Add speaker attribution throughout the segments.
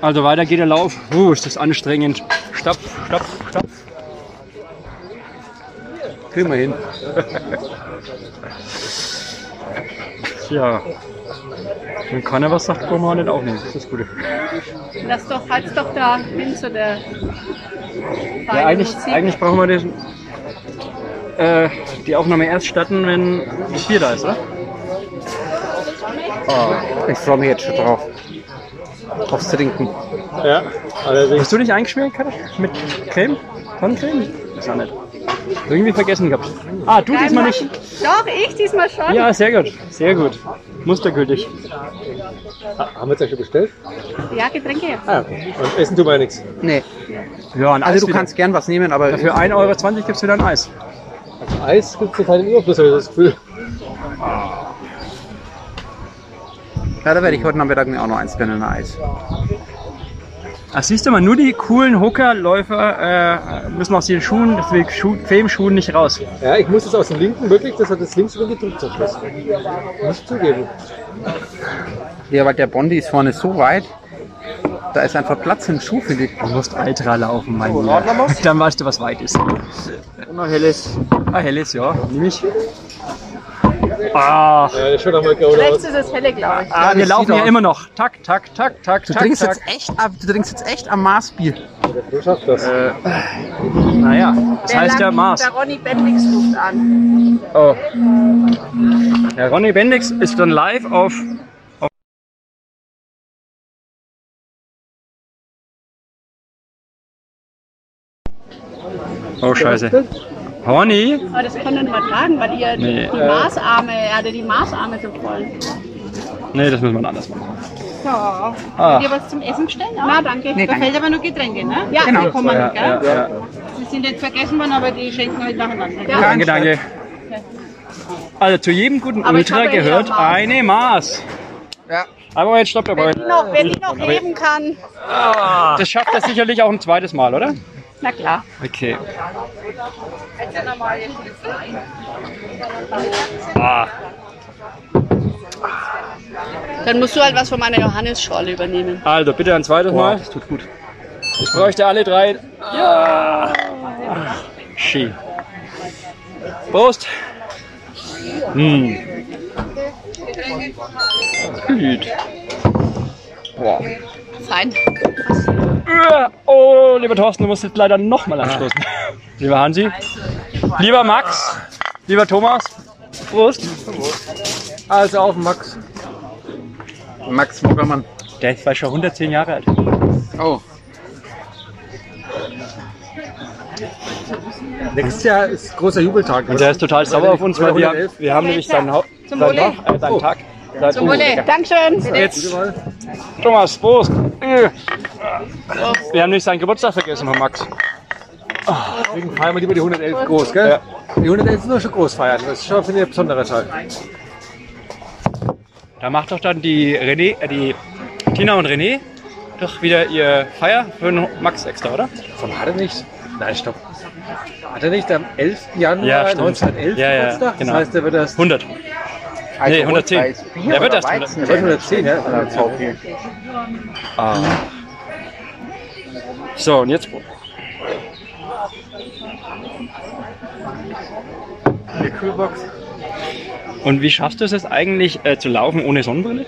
Speaker 1: Also weiter geht der Lauf. Uh, ist das anstrengend. Stopf, stopf, stopf.
Speaker 2: Kriegen wir hin.
Speaker 1: Tja. Wenn keiner was sagt, kommen wir nicht aufnehmen. Das ist das Gute.
Speaker 3: Lass doch, halt's doch da hin zu der feinen
Speaker 1: Ja, eigentlich,
Speaker 3: Musik.
Speaker 1: eigentlich brauchen wir den, äh, die Aufnahme erst starten, wenn das Bier da ist, oder?
Speaker 2: Ich freue mich jetzt schon drauf. Aufs Trinken.
Speaker 1: Ja, allerdings. Hast du dich eingeschmiert, Katja? Mit Creme? Sonnencreme? Ist auch nicht. Irgendwie vergessen gehabt. Ah, du diesmal
Speaker 3: Nein,
Speaker 1: nicht.
Speaker 3: Doch, ich diesmal schon.
Speaker 1: Ja, sehr gut. Sehr gut. Mustergültig.
Speaker 4: Haben wir jetzt ja schon bestellt?
Speaker 3: Ja, Getränke jetzt.
Speaker 4: Ah, okay. Und essen tun wir ja nichts.
Speaker 2: Nee,
Speaker 1: Ja, ein
Speaker 2: also du kannst gern was nehmen, aber
Speaker 1: Für 1,20 Euro gibt es wieder ein Eis.
Speaker 4: Also Eis gibt es total im Überfluss, habe ich das Gefühl.
Speaker 2: ja, da werde ich heute Nachmittag mir auch noch eins gönnen, ein Eis.
Speaker 1: Ach, siehst du mal, nur die coolen Hookerläufer äh, müssen aus den Schuhen, deswegen Schu Filmschuhen nicht raus.
Speaker 4: Ja, ich muss das aus dem linken wirklich, das hat das links über gedrückt zum Schluss. Muss ich zugeben.
Speaker 2: Ja, weil der Bondi ist vorne so weit, da ist einfach Platz im Schuh, finde ich.
Speaker 1: Du musst Altra laufen, mein Lieber. Dann weißt du, was weit ist.
Speaker 5: Und noch helles.
Speaker 1: Ah, helles, ja. Nimm ich. Ah,
Speaker 4: Ja, der schaut auch mal grau
Speaker 3: Rechts
Speaker 4: aus.
Speaker 3: ist es helle, glaube ich.
Speaker 1: ah, wir
Speaker 2: das
Speaker 1: laufen
Speaker 2: sieht
Speaker 1: ja
Speaker 2: aus.
Speaker 1: immer noch. Tak, tak, tak, tak,
Speaker 2: Du
Speaker 1: tak,
Speaker 2: trinkst
Speaker 1: tak.
Speaker 2: jetzt echt ab, du trinkst jetzt echt am Maßbier.
Speaker 4: Du schaffst das.
Speaker 1: Naja, das heißt ja Mars.
Speaker 3: Der Ronny Bendix ruft an.
Speaker 1: Oh. Ja, Ronny Bendix ist dann live auf Oh Scheiße. Horny?
Speaker 3: Aber das konnte nicht mal tragen, weil ihr
Speaker 1: Nee, äh.
Speaker 3: die, die Maßarme, er hatte die Maßarme so voll.
Speaker 1: Nee, das müssen wir mal anders machen.
Speaker 6: Ja.
Speaker 1: Ah.
Speaker 6: Wollt ihr was zum Essen bestellen? auch?
Speaker 3: Na, danke.
Speaker 6: da fällt aber nur Getränke, ne?
Speaker 3: Ja.
Speaker 6: genau. Kommen,
Speaker 1: Ja,
Speaker 6: gell?
Speaker 1: ja, ja.
Speaker 6: Die sind jetzt vergessen worden, aber die schenken halt nacheinander.
Speaker 3: Ja.
Speaker 1: Danke, danke. Also zu jedem guten
Speaker 3: Aber ich
Speaker 1: Ultra
Speaker 3: habe ja
Speaker 1: gehört
Speaker 3: Maß.
Speaker 1: eine Maß.
Speaker 2: Ja.
Speaker 1: Aber jetzt stoppt dabei.
Speaker 3: Wenn die noch, wenn die noch leben kann.
Speaker 1: Das schafft er sicherlich auch ein zweites Mal, oder?
Speaker 3: Na klar.
Speaker 1: Okay. Ah,
Speaker 3: Dann musst du halt was von meiner Johannisschorle übernehmen.
Speaker 1: also bitte ein zweites Mal. Das tut gut. Ich bräuchte alle drei. Ja! Schön. Prost! Hm. Gut. Boah.
Speaker 3: Fein.
Speaker 1: Uah. Oh, lieber Thorsten, du musst jetzt leider nochmal anstoßen. Lieber Hansi, lieber Max, lieber Thomas, Prost.
Speaker 4: Also auf, Max.
Speaker 2: Max Mockermann.
Speaker 1: Der ist vielleicht schon 110 Jahre alt.
Speaker 2: Oh,
Speaker 4: Nächstes Jahr ist großer Jubeltag.
Speaker 1: Und der ist total sauer auf uns, weil wir,
Speaker 4: 111.
Speaker 1: wir haben nämlich seinen, Hau-
Speaker 6: Zum
Speaker 1: seinen,
Speaker 6: Wohle.
Speaker 1: Tag- äh, seinen Tag. Seit
Speaker 6: Zum Wohle.
Speaker 3: Dankeschön.
Speaker 1: Jetzt, Thomas, Prost. Äh. Wir haben nämlich seinen Geburtstag vergessen von Max.
Speaker 4: Deswegen feiern wir lieber die 111 groß, gell?
Speaker 1: Ja.
Speaker 4: Die 111 sind nur schon groß feiern. Das ist schon, finde ich, ein besonderer Tag.
Speaker 1: Da macht doch dann die René, äh, die Tina und René doch wieder ihr Feier für den Max extra, oder?
Speaker 4: Von hat er nicht? Nein, stopp. Hat er nicht am 11. Januar
Speaker 1: Ja, stimmt.
Speaker 4: 1911
Speaker 1: Ja, ja,
Speaker 4: Geburtstag?
Speaker 1: genau.
Speaker 4: Das heißt, er wird erst
Speaker 1: 100. Nee, 110.
Speaker 2: alkoholfreies Bier
Speaker 1: Der wird
Speaker 2: oder
Speaker 1: erst
Speaker 2: Weizen?
Speaker 4: Er wird 110, ja?
Speaker 2: Oder Saubier.
Speaker 1: So, und jetzt.
Speaker 2: Die Kühlbox.
Speaker 1: Und wie schaffst du es jetzt eigentlich äh, zu laufen ohne Sonnenbrille?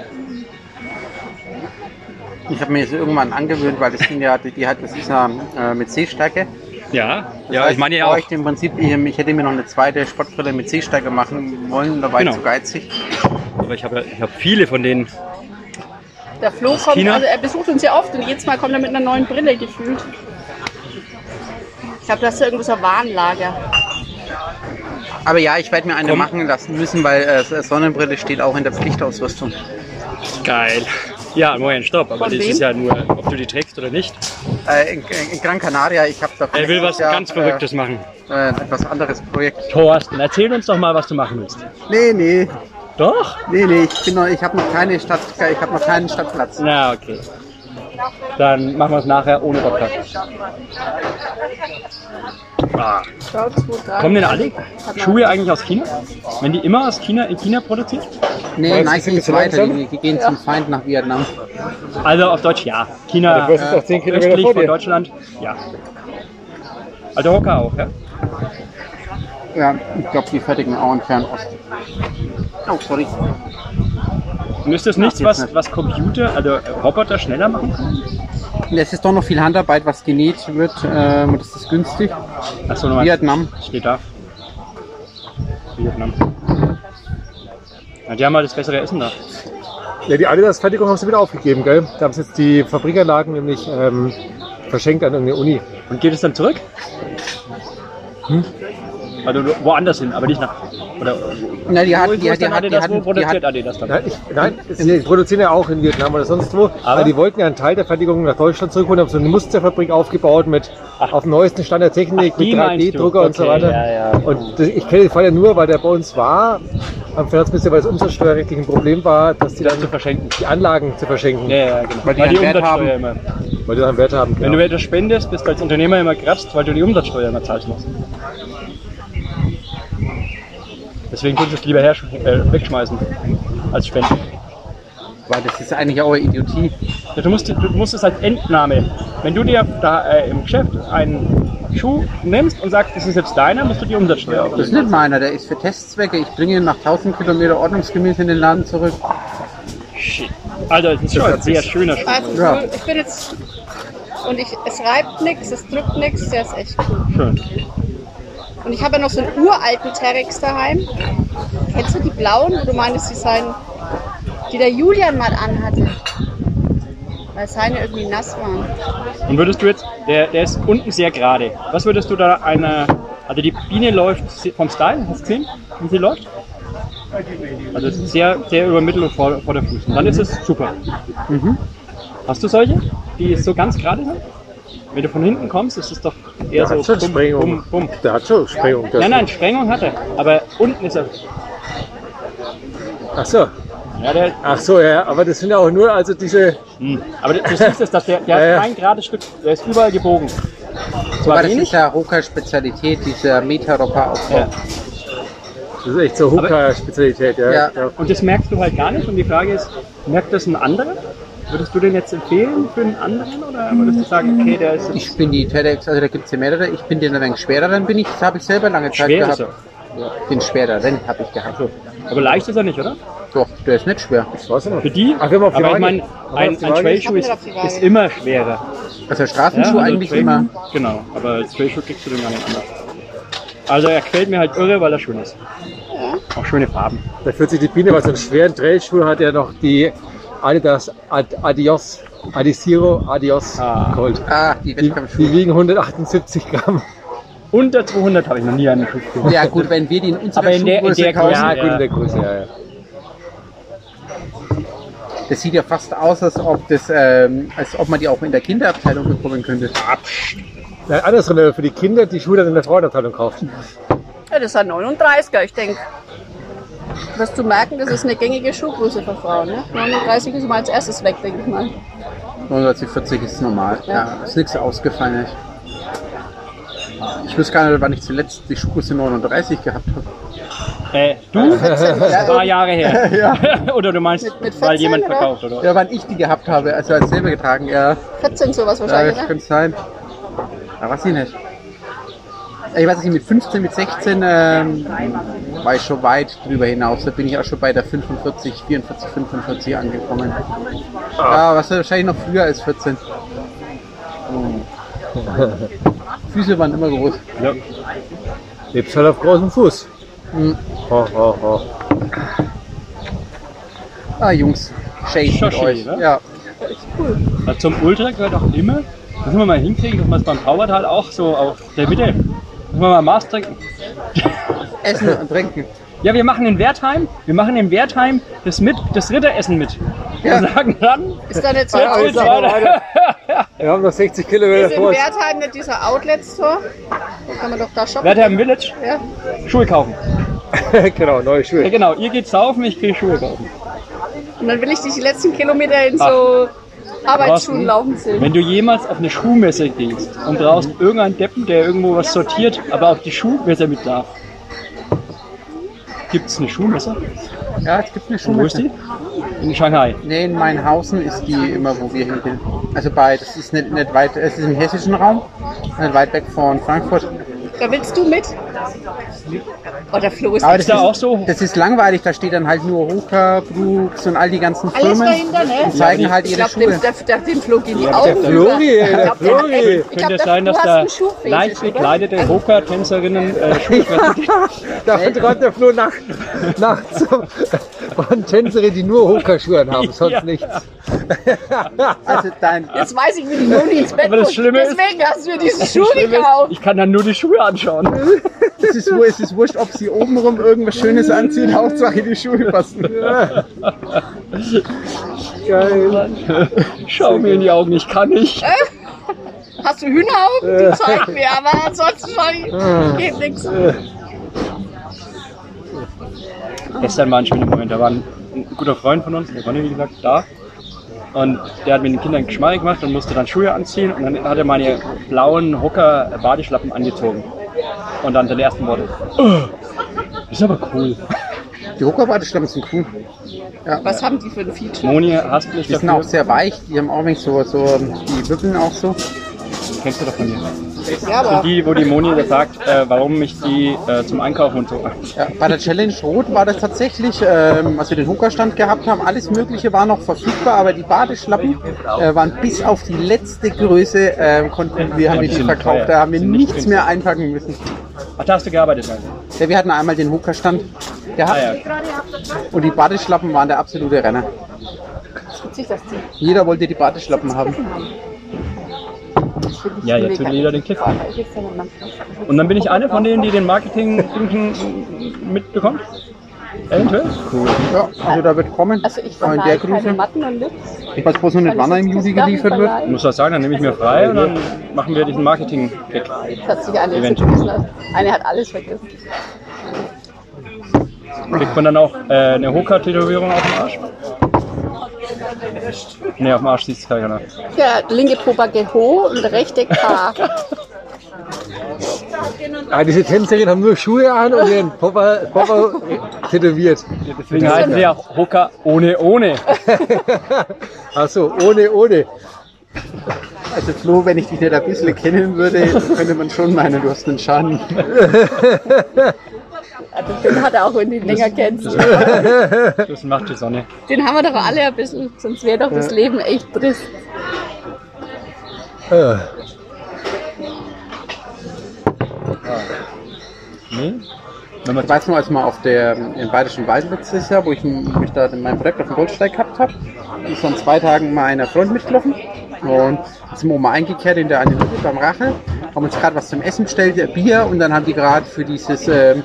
Speaker 2: Ich habe mir das irgendwann angewöhnt, weil das sind ja, die, die hat, das ist ja äh, mit C-Stärke.
Speaker 1: Ja,
Speaker 2: Das
Speaker 1: ja,
Speaker 2: heißt,
Speaker 1: ich meine ja
Speaker 2: bevor
Speaker 1: auch.
Speaker 2: Ich, im Prinzip, ich, ich hätte mir noch eine zweite Sportbrille mit C-Stärke machen wollen, da war
Speaker 1: Genau.
Speaker 2: ich zu geizig.
Speaker 1: Aber ich habe ja, ich habe viele von denen.
Speaker 3: Der Flo kommt,
Speaker 1: China?
Speaker 3: also er besucht uns ja oft und jedes Mal kommt er mit einer neuen Brille gefühlt. Ich glaube, das ist irgendwo so ein Warnlager.
Speaker 2: Aber ja, ich werde mir eine
Speaker 1: Komm.
Speaker 2: machen lassen müssen, weil äh, Sonnenbrille steht auch in der Pflichtausrüstung.
Speaker 1: Geil. Ja, Moment, stopp. Aber
Speaker 3: Von
Speaker 1: das
Speaker 3: wem?
Speaker 1: ist ja nur, ob du die trägst oder nicht.
Speaker 2: Äh, in, in, in Gran Canaria, ich habe da
Speaker 1: Er will was
Speaker 2: ja,
Speaker 1: ganz Verrücktes machen.
Speaker 2: Äh, äh, etwas anderes Projekt.
Speaker 1: Thorsten, erzähl uns doch mal, was du machen willst.
Speaker 2: Nee, nee,
Speaker 1: Doch?
Speaker 2: nee, nee, ich bin noch, ich habe noch keine Stadt, äh, ich habe noch keinen Stadtplatz.
Speaker 1: Na, okay. Dann machen wir es nachher ohne Podcast. Ah.
Speaker 3: Schaut, zwei, drei.
Speaker 1: Kommen denn alle Schuhe eigentlich aus China? Wenn die immer aus China, in China produziert?
Speaker 2: Nee,
Speaker 4: Weißt du,
Speaker 2: Nike
Speaker 4: sind
Speaker 2: ist
Speaker 4: wir
Speaker 2: weiter.
Speaker 4: langsam?
Speaker 2: Die, die gehen zum Feind nach Vietnam.
Speaker 1: Also auf Deutsch ja. China
Speaker 4: Du bist jetzt auch 10 Kilometer
Speaker 1: östlich
Speaker 4: vor
Speaker 1: von
Speaker 4: dir.
Speaker 1: Deutschland, ja. Also Hocker auch, ja?
Speaker 2: Ja, ich glaube, die fertigen auch in Fernost. Oh, sorry.
Speaker 1: Und ist das nichts,
Speaker 2: jetzt
Speaker 1: was,
Speaker 2: nicht.
Speaker 1: was Computer, also äh, Roboter schneller machen können?
Speaker 2: Es ist doch noch viel Handarbeit, was genäht wird. Ähm, und das ist günstig.
Speaker 1: Achso, nochmal.
Speaker 2: Vietnam.
Speaker 1: Steht da. Vietnam. Na, die haben halt das bessere Essen da.
Speaker 4: Ja, die Adidas-Fertigung haben sie wieder aufgegeben, gell? Da haben sie jetzt die Fabrikanlagen nämlich ähm, verschenkt an irgendeine Uni.
Speaker 1: Und geht es dann zurück?
Speaker 2: Hm?
Speaker 1: Also woanders hin, aber nicht nach. Oder wo,
Speaker 2: Na, die
Speaker 1: wo
Speaker 2: hatten,
Speaker 1: ist
Speaker 2: die, die,
Speaker 1: dann
Speaker 2: hatten,
Speaker 1: Adidas?
Speaker 2: die,
Speaker 1: wo
Speaker 2: hatten, die,
Speaker 1: produziert
Speaker 2: hatten,
Speaker 1: Adidas dann?
Speaker 4: Ja, ich, nein, sie produzieren ja auch in Vietnam oder sonst wo.
Speaker 1: Aber?
Speaker 4: Aber die wollten ja einen Teil der Fertigung nach Deutschland zurückholen, haben so eine Musterfabrik aufgebaut mit auf dem neuesten Stand der Technik,
Speaker 1: Ach, die
Speaker 4: mit
Speaker 1: meinst du?
Speaker 4: 3D-Drucker und so
Speaker 1: Okay,
Speaker 4: weiter.
Speaker 1: ja, ja.
Speaker 4: Und das, ich kenne den Fall ja nur, weil der bei uns war, am Finanzminister, weil das umsatzsteuerrechtlich ein Problem war, dass die dann
Speaker 1: zu verschenken.
Speaker 4: die Anlagen zu verschenken,
Speaker 1: Ja, ja, genau.
Speaker 2: Weil die einen Wert haben.
Speaker 1: immer.
Speaker 4: weil die dann Wert haben.
Speaker 1: Wenn
Speaker 4: Genau.
Speaker 1: du etwas spendest, bist du als Unternehmer immer kratzt, weil du die Umsatzsteuer immer zahlen musst. Deswegen tun sie es lieber hersch- äh, wegschmeißen als spenden.
Speaker 2: weil das ist eigentlich auch eine Idiotie.
Speaker 1: Ja, du, musst, du musst es als Entnahme. Wenn du dir da äh, im Geschäft einen Schuh nimmst und sagst, das ist jetzt deiner, musst du die Umsatzsteuer
Speaker 2: Das ist
Speaker 1: auflösen.
Speaker 2: nicht meiner, der ist für Testzwecke. Ich bringe ihn nach 1000 Kilometer ordnungsgemäß in den Laden zurück.
Speaker 1: Also, es ist schon ein sehr schöner Schuh.
Speaker 3: Also,
Speaker 2: Ja.
Speaker 3: ich bin jetzt. Und ich, es reibt nichts, es drückt nichts, der ist echt cool.
Speaker 1: Schön.
Speaker 3: Und ich habe ja noch so einen uralten Terex daheim. Kennst du die blauen, wo du meintest, die seien. die der Julian mal anhatte? Weil seine irgendwie nass waren.
Speaker 1: Und würdest du jetzt, der, der ist unten sehr gerade. Was würdest du da einer, also die Biene läuft vom Style, hast du gesehen, wie sie läuft? Also es ist sehr, sehr über Mittel und vor, vor der Fuß. Und dann ist es super.
Speaker 4: Mhm.
Speaker 1: Hast du solche, die so ganz gerade sind? Wenn du von hinten kommst, ist es doch eher
Speaker 4: Der hat
Speaker 1: so
Speaker 4: schon Sprengung.
Speaker 1: bumm, bumm.
Speaker 4: Der hat schon Sprengung.
Speaker 1: Nein, nein, Sprengung hat er, aber unten ist er.
Speaker 4: Ach so.
Speaker 1: Ja, der,
Speaker 4: Ach so, ja, aber das sind ja auch nur also diese
Speaker 1: hm. Aber du siehst es, dass der, der
Speaker 4: Ja, ja.
Speaker 1: hat kein gerades Stück, der ist überall gebogen.
Speaker 2: Aber
Speaker 1: Zwar
Speaker 2: das ist
Speaker 1: wenig,
Speaker 2: ja Rokas Spezialität, dieser Meta-Rocker-Aufbau.
Speaker 1: ja.
Speaker 4: Das ist echt so Hooker-Spezialität, ja.
Speaker 2: Ja.
Speaker 4: ja.
Speaker 1: Und das merkst du halt gar nicht. Und die Frage ist, merkt das ein anderer? Würdest du den jetzt empfehlen für einen anderen? Oder würdest du sagen, okay, der ist
Speaker 2: Ich bin die TEDx, also da gibt es ja mehrere. Ich bin den ein wenig schwereren, bin ich, das habe ich selber lange Zeit
Speaker 1: schwer? Ist
Speaker 2: gehabt.
Speaker 1: er.
Speaker 2: Ja, den schwereren habe ich gehabt.
Speaker 1: Aber leicht ist er nicht, oder?
Speaker 2: Doch, der ist nicht schwer.
Speaker 4: Ich weiß nicht.
Speaker 1: Für die?
Speaker 4: Ach, wir haben auf die
Speaker 1: aber ich
Speaker 4: Waage.
Speaker 1: meine,
Speaker 4: Haben wir auf
Speaker 1: ein,
Speaker 4: die
Speaker 1: ein
Speaker 4: Waage?
Speaker 1: Trailschuh ist,
Speaker 3: Haben wir auf die
Speaker 1: ist immer schwerer.
Speaker 2: Also
Speaker 1: Ja,
Speaker 2: Straßenschuh
Speaker 1: also
Speaker 2: eigentlich
Speaker 1: Trail-
Speaker 2: immer.
Speaker 1: Genau, aber als Trailschuh kriegst du den gar nicht anders. Also er gefällt mir halt irre, weil er schön ist. Auch schöne Farben.
Speaker 4: Da fühlt sich die Biene, weil so einen schweren Trailschuh hat ja noch die Adidas Ad Adios, Adisiro Adios
Speaker 1: Ah.
Speaker 4: geholt.
Speaker 2: Ah, die
Speaker 4: Die, die
Speaker 2: Wettkampfschuhe.
Speaker 4: wiegen 178 Gramm.
Speaker 1: Unter 200 habe ich noch nie einen Schuh gesehen.
Speaker 2: Ja gut, wenn wir die in unserer
Speaker 1: Aber in der- in
Speaker 2: Schuhgröße
Speaker 1: der
Speaker 2: kaufen,
Speaker 1: Ja,
Speaker 4: Ja,
Speaker 1: gut,
Speaker 4: gut,
Speaker 1: in der
Speaker 4: der Größe, ja, ja.
Speaker 2: das sieht ja fast aus, als ob, das, ähm, als ob man die auch in der Kinderabteilung bekommen könnte.
Speaker 4: Nein, andersrum, wenn man für die Kinder die Schuhe dann in der Frauenabteilung kauft.
Speaker 3: Ja, das ist ein 39er, ich denke. Wirst du merken, das ist eine gängige Schuhgröße für Frauen. Ne? 39 ist mal als erstes weg, denke ich mal.
Speaker 2: 1940 ist normal. Ja, ist nichts Ausgefallenes. Ich wüsste gar nicht, wann ich zuletzt die Schuhgröße 39 gehabt habe.
Speaker 1: Äh, du?
Speaker 2: Ja,
Speaker 1: Ein paar Jahre her. oder du meinst,
Speaker 3: Mit- mit
Speaker 1: weil
Speaker 3: 14
Speaker 1: jemand
Speaker 3: oder?
Speaker 1: verkauft, oder?
Speaker 2: Ja, wann ich die gehabt habe, also als selber getragen, ja.
Speaker 3: 14 sowas
Speaker 2: Ja,
Speaker 3: wahrscheinlich,
Speaker 2: das
Speaker 3: ne?
Speaker 2: könnte sein. Aber weiß ich nicht. Ich weiß nicht, mit 15, mit 16 ähm, war ich schon weit drüber hinaus. Da bin ich auch schon bei der 45, 44, 45 angekommen. Ja, was wahrscheinlich noch früher als 14. Füße waren immer groß.
Speaker 1: Ja.
Speaker 4: Lebst halt auf großem Fuß.
Speaker 2: Mhm.
Speaker 1: Hm.
Speaker 4: Ho, ho, ho.
Speaker 2: Ah, Jungs, Shade mit
Speaker 1: Shoshi,
Speaker 2: euch.
Speaker 1: ne?
Speaker 2: Ja.
Speaker 1: Also zum Ultra gehört auch immer, das müssen wir mal hinkriegen, dass wir es beim Powertal auch so auf der Mitte, müssen wir mal Maß trinken.
Speaker 2: Essen und Trinken.
Speaker 1: Ja, wir machen in Wertheim, wir machen in Wertheim das, mit, das Ritteressen mit.
Speaker 2: Ja.
Speaker 1: Wir sagen dann,
Speaker 3: Ist da nicht so
Speaker 1: jetzt
Speaker 3: ein
Speaker 1: geht's weiter.
Speaker 4: Wir haben noch 60 Kilometer
Speaker 3: Ist in
Speaker 4: vor uns.
Speaker 3: Wertheim halt nicht dieser Outlet-Store? Kann man doch da shoppen.
Speaker 1: Wertheim Village,
Speaker 3: Ja.
Speaker 1: Schuhe kaufen.
Speaker 4: genau, neue
Speaker 1: Ja
Speaker 4: Schuhe.
Speaker 1: genau, ihr geht saufen, ich kriege Schuhe kaufen.
Speaker 3: Und dann will ich dich die letzten Kilometer in
Speaker 1: Ach.
Speaker 3: so Arbeitsschuhen
Speaker 1: Thorsten,
Speaker 3: laufen sind.
Speaker 1: Wenn du jemals auf eine Schuhmesse gehst und brauchst irgendeinen Deppen, der irgendwo was sortiert, aber auf die Schuhmesse mit darf. Gibt es eine Schuhmesse?
Speaker 2: Ja, es gibt eine
Speaker 1: Und wo ist
Speaker 2: Schuhmesse.
Speaker 1: die? In Shanghai.
Speaker 2: Nee, in Mainhausen ist die immer, wo wir hingehen. Also bei, das ist nicht, nicht weit, es ist im hessischen Raum, nicht weit weg von Frankfurt.
Speaker 3: Da willst du mit? Oh, der Flo ist
Speaker 2: Aber
Speaker 1: Ist
Speaker 2: das
Speaker 1: da
Speaker 2: ist,
Speaker 1: auch so?
Speaker 2: das ist langweilig, da steht dann halt nur Hoka, Brooks und all die ganzen
Speaker 6: Alles
Speaker 2: Firmen
Speaker 6: dahinter, ne?
Speaker 2: und zeigen
Speaker 1: Ja,
Speaker 2: halt
Speaker 3: Ich
Speaker 2: ihre
Speaker 3: glaube, dem,
Speaker 2: Schuhe.
Speaker 3: der- der- dem Flo gehen die Augen über.
Speaker 4: der Flori, der
Speaker 3: Ich glaub, hat
Speaker 4: Flori.
Speaker 3: echt- ich glaub,
Speaker 1: Könnte
Speaker 3: der
Speaker 1: es sein,
Speaker 3: Flo
Speaker 1: dass
Speaker 3: hat
Speaker 1: da
Speaker 3: einen Schuhfetisch,
Speaker 1: leicht
Speaker 3: oder?
Speaker 1: bekleidete Hoka-Tänzerinnen äh, Schuhschwärzen
Speaker 4: Da vertreibt der Flo nach, nachts von Tänzerin, die nur Hokerschuhe haben, sonst
Speaker 1: Ja.
Speaker 4: nichts.
Speaker 2: Also dein,
Speaker 3: Jetzt weiß ich, wie die Noni ins Bett
Speaker 1: Aber das
Speaker 3: muss.
Speaker 1: Schlimme ist-
Speaker 3: Deswegen hast du dir diese Schuhe gekauft.
Speaker 1: ist? Ich kann dann nur die Schuhe anschauen.
Speaker 2: es, ist, wu- es ist wurscht, ob sie obenrum irgendwas Schönes anziehen, Hauptsache die Schuhe passen.
Speaker 4: Ah, Geil.
Speaker 1: Schau mir in die Augen, ich kann nicht.
Speaker 3: Äh? Hast du Hühneraugen? Die zeigen mir, aber ansonsten schau
Speaker 1: Ah.
Speaker 3: ich- geht nichts.
Speaker 1: Gestern war ein schöner Moment. Da war ein, ein guter Freund von uns, der Ronny, wie gesagt, da. Und der hat mit den Kindern Geschmack gemacht und musste dann Schuhe anziehen. Und dann hat er meine blauen Hocker-Badeschlappen angezogen. Und dann seine ersten Worte. "Oh, ist aber cool.
Speaker 2: Die Hoka-Badeschlappen sind cool.
Speaker 3: Was haben die für ein Feature?
Speaker 1: Moni hasst mich
Speaker 2: Die sind auch
Speaker 1: dafür.
Speaker 2: sehr weich, die haben auch nicht so, so die wippeln auch so.
Speaker 1: Kennst du doch von mir.
Speaker 3: Ja,
Speaker 1: Und
Speaker 3: aber
Speaker 1: die, wo die Moni das sagt, äh, warum mich die äh, zum Einkaufen und so anzieht.
Speaker 2: Ja, bei der Challenge Rot war das tatsächlich, ähm, als wir den Hookerstand gehabt haben, alles Mögliche war noch verfügbar, aber die Badeschlappen äh, waren bis auf die letzte Größe, ähm, konnten wir haben
Speaker 1: Ja,
Speaker 2: wir
Speaker 1: die
Speaker 2: die
Speaker 1: sind
Speaker 2: verkauft,
Speaker 1: teuer.
Speaker 2: da haben wir
Speaker 1: Die sind nicht
Speaker 2: nichts mehr einpacken müssen.
Speaker 1: Ach, da hast du gearbeitet, also.
Speaker 2: Ja, wir hatten einmal den Hookerstand gehabt
Speaker 1: Ah, ja.
Speaker 2: und die Badeschlappen waren der absolute Renner. Jeder wollte die Badeschlappen haben.
Speaker 1: ja, jetzt will jeder den Clip haben.
Speaker 3: Also
Speaker 1: Und dann bin ich eine von denen, die den Marketing-Dingchen mitbekommt. Eventuell? Cool.
Speaker 2: Ja, also da wird kommen.
Speaker 3: also ich
Speaker 2: Aber in
Speaker 3: verleihe
Speaker 2: der
Speaker 3: keine
Speaker 2: Größe.
Speaker 3: Matten und Lips.
Speaker 2: Ich weiß bloß noch nicht, wann er im Juli geliefert wird.
Speaker 1: Ich muss das sagen, dann nehme ich mir frei und dann machen wir diesen Marketing-Gag.
Speaker 3: Das hat sich eine
Speaker 1: Event.
Speaker 3: vergessen. Eine hat alles vergessen.
Speaker 1: Kriegt man dann auch äh, eine Hoka-Tätowierung auf dem Arsch? Ne, auf dem Arsch sieht es keiner.
Speaker 3: Der linke Pobacke Ho und der rechte K.
Speaker 4: Ah, diese Tänzerinnen haben nur Schuhe an und ihren Popper, Popper tätowiert.
Speaker 1: Deswegen heißen sie ja auch Hoka ohne ohne.
Speaker 4: Achso, ohne, ohne.
Speaker 2: Also Flo, wenn ich dich nicht ein bisschen kennen würde, könnte man schon meinen, du hast einen Schaden.
Speaker 3: Also Den hat er auch, wenn du ihn länger kennst.
Speaker 1: Das macht die Sonne.
Speaker 3: Den haben wir doch alle ein bisschen, sonst wäre doch das Leben echt trist.
Speaker 4: Äh,
Speaker 1: Nee? Wenn man
Speaker 2: Ich weiß nur, als mal auf der im Bayerischen Wald letztes Jahr, wo ich mich da in meinem Projekt auf dem Goldsteig gehabt habe, ist vor zwei Tagen mal einer Freund mitgelaufen und sind wir mal eingekehrt in der einen Hütte beim Rache, haben uns gerade was zum Essen bestellt, ein Bier und dann haben die gerade für dieses ähm,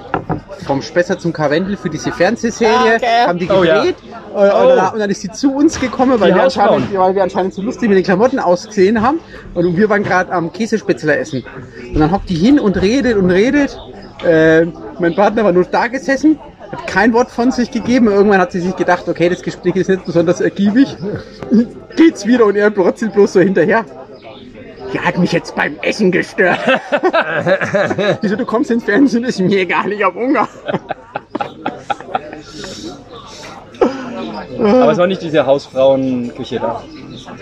Speaker 2: vom Spesser zum Karwendel für diese Fernsehserie
Speaker 3: Ah, okay.
Speaker 2: haben die
Speaker 1: Oh, ja.
Speaker 2: gedreht äh, und, dann, und dann ist sie zu uns gekommen, weil
Speaker 1: Die
Speaker 2: wir,
Speaker 1: Hausfrauen.
Speaker 2: anscheinend, weil wir anscheinend so lustig mit den Klamotten ausgesehen haben und wir waren gerade am Käsespätzler essen und dann hockt die hin und redet und redet äh, mein Partner war nur da gesessen, hat kein Wort von sich gegeben. Irgendwann hat sie sich gedacht, okay, das Gespräch ist nicht besonders ergiebig. Geht's wieder und er brotzelt bloß so hinterher. Die hat mich jetzt beim Essen gestört. Wieso, du kommst ins Fernsehen, ist mir egal, ich hab Hunger.
Speaker 1: Aber es war nicht diese Hausfrauenküche da.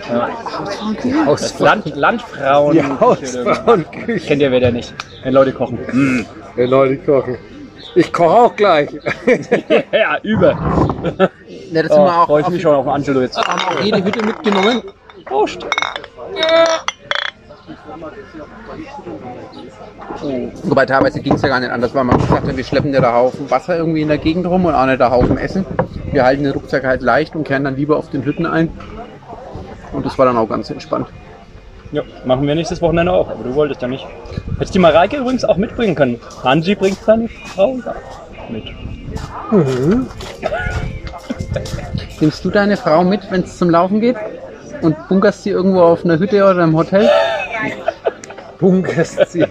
Speaker 1: Das
Speaker 4: Hausfrau-
Speaker 1: Land, Landfrauen.
Speaker 4: die Hausfrauenküche.
Speaker 1: Kennt ihr wer der nicht? Wenn Leute kochen. Mm.
Speaker 4: Wenn Leute kochen. Ich koche auch gleich.
Speaker 1: ja, über.
Speaker 2: Ja, das
Speaker 1: Oh,
Speaker 2: sind wir auch
Speaker 1: freue ich
Speaker 2: auf
Speaker 1: mich schon auf den Angelo jetzt.
Speaker 2: jede Hütte mitgenommen.
Speaker 1: Prost.
Speaker 2: Oh. Wobei teilweise ging's ja gar nicht anders, weil man gesagt hat, wir schleppen ja da Haufen Wasser irgendwie in der Gegend rum und auch nicht da Haufen Essen. Wir halten den Rucksack halt leicht und kehren dann lieber auf den Hütten ein. Und das war dann auch ganz entspannt.
Speaker 1: Ja, machen wir nächstes Wochenende auch, aber du wolltest ja nicht. Hättest die Mareike übrigens auch mitbringen können. Hansi bringt seine Frau ja mit.
Speaker 2: Nimmst du deine Frau mit, wenn es zum Laufen geht? Und bunkerst sie irgendwo auf einer Hütte oder im Hotel?
Speaker 4: Bunkerst sie.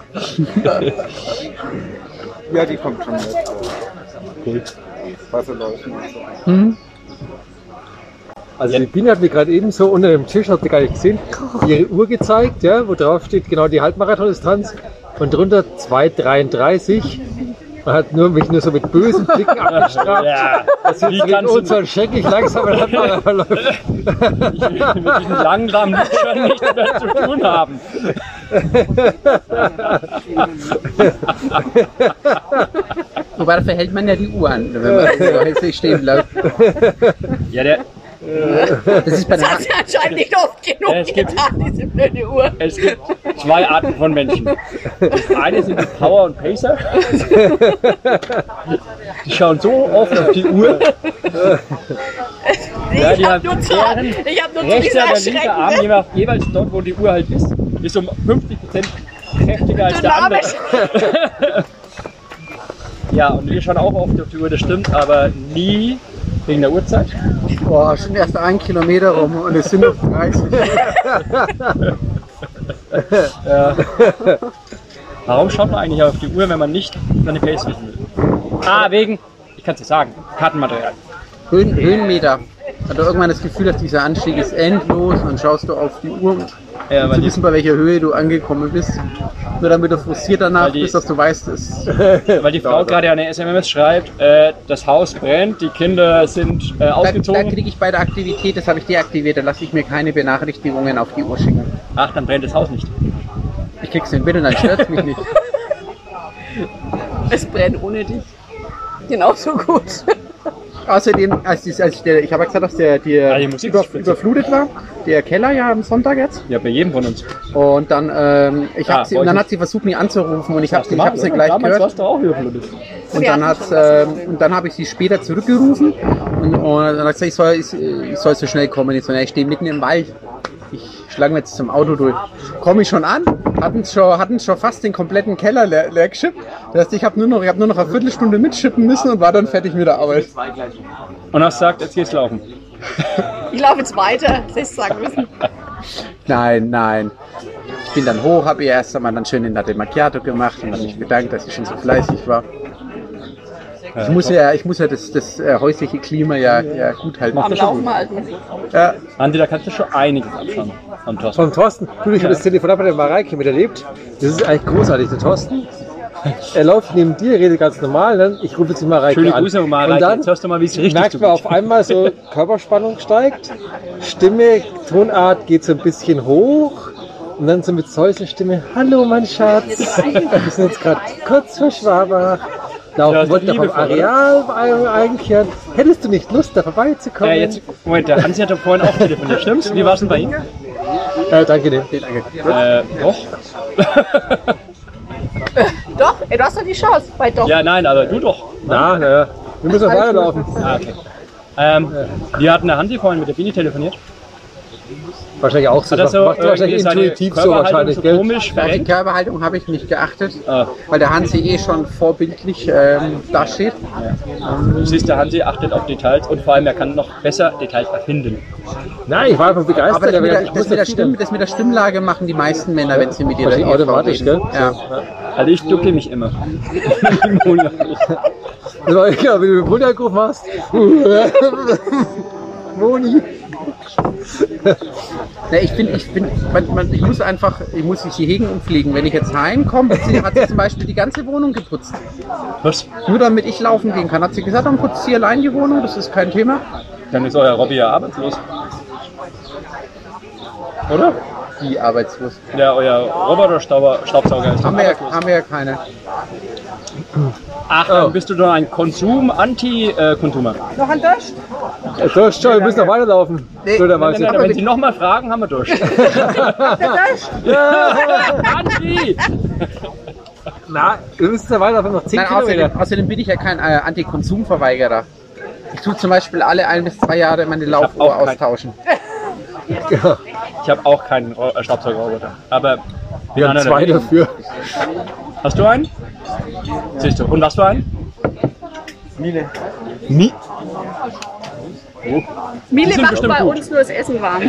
Speaker 5: Ja, die kommt schon mit.
Speaker 1: Cool. Hm?
Speaker 5: Wasser läuft.
Speaker 2: Hm?
Speaker 4: Also die Biene hat mir gerade eben so unter dem Tisch, habt ihr gar nicht gesehen, ihre Uhr gezeigt, ja, wo drauf steht genau die Halbmarathon-Distanz und drunter 2,33. Man hat nur, mich nur so mit bösen Blicken abgestraft.
Speaker 1: Ja, das wie
Speaker 4: Mit
Speaker 1: kannst du
Speaker 4: unverschäcklich langsamer Halbmarathon läuft.
Speaker 1: mit diesen langsamen Lichtern nichts mehr zu tun haben?
Speaker 2: Wobei, dafür hält man ja die Uhr an, wenn man so hässlich stehen bleibt.
Speaker 1: Ja, der,
Speaker 2: Das ist bei der
Speaker 3: Das hat sie anscheinend nicht oft genug
Speaker 1: Ja, es gibt-
Speaker 3: getan, diese blöde Uhr.
Speaker 1: es gibt zwei Arten von Menschen. Das eine sind die Power und Pacer. Die schauen so oft auf die Uhr, Ja, die
Speaker 3: ich
Speaker 1: hat
Speaker 3: habe nur zu,
Speaker 1: deren
Speaker 3: ich hab nur zu dieser
Speaker 1: rechter oder linker Arm
Speaker 3: erschreckende
Speaker 1: jeweils- jeweils dort, wo die Uhr halt ist, ist um 50% kräftiger als der andere.
Speaker 3: dynamische
Speaker 1: Ja, und wir schauen auch oft auf die Uhr, das stimmt, aber nie wegen der Uhrzeit.
Speaker 2: Boah, schon erst ein Kilometer rum und es sind noch 30.
Speaker 1: Warum schaut man eigentlich auf die Uhr, wenn man nicht seine Pace wissen will? Ah, wegen, ich kann es dir sagen, Kartenmaterial.
Speaker 2: Höhen, Höhenmeter. Hat doch irgendwann das Gefühl, dass dieser Anstieg ist endlos und dann schaust du auf die Uhr, um
Speaker 1: Ja, weil
Speaker 2: zu
Speaker 1: die,
Speaker 2: wissen, bei welcher Höhe du angekommen bist. Nur damit du frustriert danach
Speaker 1: Weil die-
Speaker 2: bist, dass du weißt, es
Speaker 1: weil die Frau gerade an der SMS schreibt, äh, das Haus brennt, die Kinder sind äh,
Speaker 2: Da, da
Speaker 1: ausgezogen.
Speaker 2: kriege ich bei der Aktivität, das habe ich deaktiviert, da lasse ich mir keine Benachrichtigungen auf die Uhr schicken.
Speaker 1: Ach, dann brennt das Haus nicht.
Speaker 2: Ich krieg's den Bild und dann stört's mich nicht.
Speaker 3: Es brennt ohne dich. Genauso gut.
Speaker 2: Außerdem, als, dies, als der, ich habe ja gesagt, dass der, der
Speaker 1: Ah, die Musik
Speaker 2: über,
Speaker 1: ist spitze.
Speaker 2: überflutet war, der Keller ja am Sonntag jetzt.
Speaker 1: Ja, bei jedem von uns.
Speaker 2: Und dann, ähm, ich
Speaker 1: Ah,
Speaker 2: hab sie,
Speaker 1: wollte
Speaker 2: und dann
Speaker 1: ich-
Speaker 2: hat sie versucht, mich anzurufen und ich habe
Speaker 1: Hast du
Speaker 2: sie, ich hab sie
Speaker 1: oder?
Speaker 2: gleich
Speaker 1: Damals
Speaker 2: gehört.
Speaker 1: warst du auch überflutet.
Speaker 2: Und dann, hat, ähm, und dann habe ich sie später zurückgerufen und, und dann hat sie gesagt, ich soll, ich, ich soll so schnell kommen. Ich, so, na, ich stehe mitten im Wald. Ich schlage mir jetzt zum Auto durch. Komme ich schon an, hatten schon, hatten schon fast den kompletten Keller leer, leer geschippt. Das heißt, ich habe nur, noch- ich hab nur noch eine Viertelstunde mitschippen müssen und war dann fertig mit der Arbeit.
Speaker 1: Und hast gesagt, jetzt geht's laufen.
Speaker 3: Ich laufe jetzt weiter. Das hättest du sagen müssen.
Speaker 2: Nein, nein. Ich bin dann hoch, habe ihr erst einmal dann schön den Latte Macchiato gemacht und habe mich bedankt, dass sie schon so fleißig war. Ich muss ja, ich muss ja das, das äh, häusliche Klima ja, ja gut halten. Äh,
Speaker 1: Macht
Speaker 3: Am
Speaker 1: das schon
Speaker 3: Laufen
Speaker 1: gut.
Speaker 3: halten.
Speaker 2: Ja,
Speaker 1: Andi, da kannst du schon einiges abschauen. Am Thorsten.
Speaker 4: Vom Thorsten, du, ich habe das Telefonat mit der Mareike miterlebt. Das ist eigentlich großartig, der Thorsten. Er läuft neben dir, redet ganz normal, ne? ich rufe jetzt die Mareike
Speaker 1: Schöne
Speaker 4: an.
Speaker 1: Grüße nochmal, Reike.
Speaker 4: Und dann
Speaker 1: Jetzt hörst du mal, wie es richtig
Speaker 4: merkt
Speaker 1: zugeht.
Speaker 4: man auf einmal so, Körperspannung steigt, Stimme, Tonart geht so ein bisschen hoch und dann so mit solcher Stimme, hallo mein Schatz, wir sind jetzt gerade kurz vor Schwabach.
Speaker 1: Ja,
Speaker 4: Laufen,
Speaker 1: ist
Speaker 4: wollten auf dem
Speaker 1: liebevoll, oder?
Speaker 4: Areal ein- einkehren. Hättest du nicht Lust, da vorbeizukommen?
Speaker 1: Äh, jetzt, Moment, der Hansi hat doch vorhin auch telefoniert, stimmt's? Wie war's denn bei ihm?
Speaker 4: Äh, danke dir.
Speaker 1: Äh, doch.
Speaker 3: Doch, ey, du hast doch die Chance. Bei doch.
Speaker 1: Ja, nein, aber du doch.
Speaker 4: Na, na, wir müssen noch weiterlaufen.
Speaker 1: Ah, okay. Ähm, wir hatten der Hansi vorhin mit der Bini telefoniert.
Speaker 4: Wahrscheinlich auch so.
Speaker 1: Hat er
Speaker 4: Das
Speaker 1: so äh,
Speaker 4: macht wahrscheinlich
Speaker 1: irgendwie seine
Speaker 4: intuitiv so
Speaker 1: Körperhaltung
Speaker 4: wahrscheinlich,
Speaker 1: so
Speaker 4: gell?
Speaker 1: komisch
Speaker 2: auf die
Speaker 1: verrenkt?
Speaker 2: Körperhaltung habe ich nicht geachtet,
Speaker 1: Ah,
Speaker 2: weil der Hansi eh schon vorbildlich ähm, dasteht.
Speaker 1: du siehst, der Hansi achtet auf Details und vor allem, er kann noch besser Details erfinden.
Speaker 4: Nein, ich war einfach begeistert.
Speaker 2: Aber das mit, der,
Speaker 4: ich
Speaker 2: das,
Speaker 4: muss
Speaker 2: mit der
Speaker 4: das
Speaker 2: Stimme,
Speaker 4: wieder.
Speaker 2: das mit der Stimmlage machen die meisten Männer, wenn sie mit ihrer
Speaker 4: Wahrscheinlich
Speaker 2: Ehefrau
Speaker 4: automatisch,
Speaker 2: reden.
Speaker 4: gell?
Speaker 2: Ja.
Speaker 1: Also ich ducke mich immer.
Speaker 4: Das war egal, wenn du den Mund angerufen hast. Moni.
Speaker 2: Na, ich bin, ich bin, man, man, ich muss einfach, ich muss sie hegen und pflegen. Wenn ich jetzt heimkomme, hat sie, hat sie zum Beispiel die ganze Wohnung geputzt.
Speaker 1: Was?
Speaker 2: Nur damit ich laufen gehen kann. Hat sie gesagt, dann putzt sie allein die Wohnung, das ist kein Thema.
Speaker 1: Dann ist euer Robby ja arbeitslos. Oder?
Speaker 2: Die arbeitslos.
Speaker 1: Ja, euer Roboter-Staubsauger ist doch
Speaker 2: Haben wir, ja,
Speaker 1: arbeitslos.
Speaker 2: haben wir ja keine.
Speaker 1: Ach,
Speaker 4: Oh.
Speaker 1: dann bist du doch ein Konsum-Anti-Konsumer.
Speaker 6: Noch ein Dusch?
Speaker 4: So, schon, Äh, wir müssen noch weiterlaufen.
Speaker 2: Nee,
Speaker 4: so, der
Speaker 1: Nein,
Speaker 4: Martin.
Speaker 1: nein, wenn Sie nochmal fragen, haben wir durch. Hansi!
Speaker 4: Na, wir müssen noch weiterlaufen, noch 10
Speaker 2: Nein,
Speaker 4: Kilometer.
Speaker 2: außerdem, außerdem bin ich ja kein äh, Antikonsumverweigerer. Ich tue zum Beispiel alle ein bis zwei Jahre meine Laufuhr
Speaker 1: auch kein-
Speaker 2: austauschen.
Speaker 1: Ich habe auch keinen Ro- äh, Staubsaugerroboter. Aber
Speaker 4: Wir
Speaker 1: Nein,
Speaker 4: haben
Speaker 1: nein,
Speaker 4: zwei
Speaker 1: nein.
Speaker 4: dafür.
Speaker 1: Hast du einen? Siehst du. Und was für einen? Miele. Mi
Speaker 3: Miele
Speaker 1: Oh. sind
Speaker 3: macht
Speaker 1: bestimmt
Speaker 3: bei
Speaker 1: gut.
Speaker 3: uns nur das Essen warm.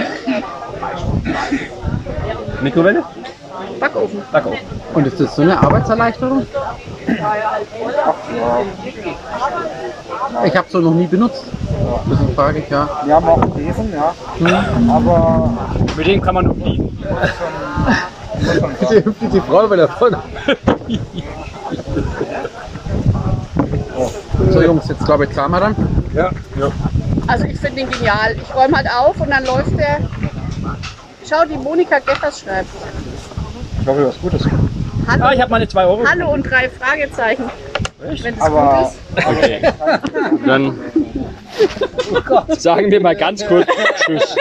Speaker 1: Mikrowelle?
Speaker 3: Backofen.
Speaker 1: Backofen.
Speaker 2: Und ist das so eine Arbeitserleichterung? Ich habe so noch nie benutzt. Deswegen frage ich ja.
Speaker 5: Wir haben auch Besen, ja. Aber
Speaker 1: Mit dem kann man nur fliegen.
Speaker 4: Die, die, die Frau bei der vorne.
Speaker 2: So Jungs, jetzt glaube ich klar mal dann.
Speaker 4: Ja, ja.
Speaker 3: Also ich finde ihn genial. Ich räume halt auf und dann läuft der. Schau, die Monika Geffers schreibt.
Speaker 5: ich glaube, was Gutes.
Speaker 3: Hallo,
Speaker 1: Ah, ich habe meine 2 Euro.
Speaker 3: Hallo und drei Fragezeichen. Wenn das gut
Speaker 5: Aber-
Speaker 3: ist.
Speaker 1: Okay. Dann sagen wir mal ganz kurz Tschüss.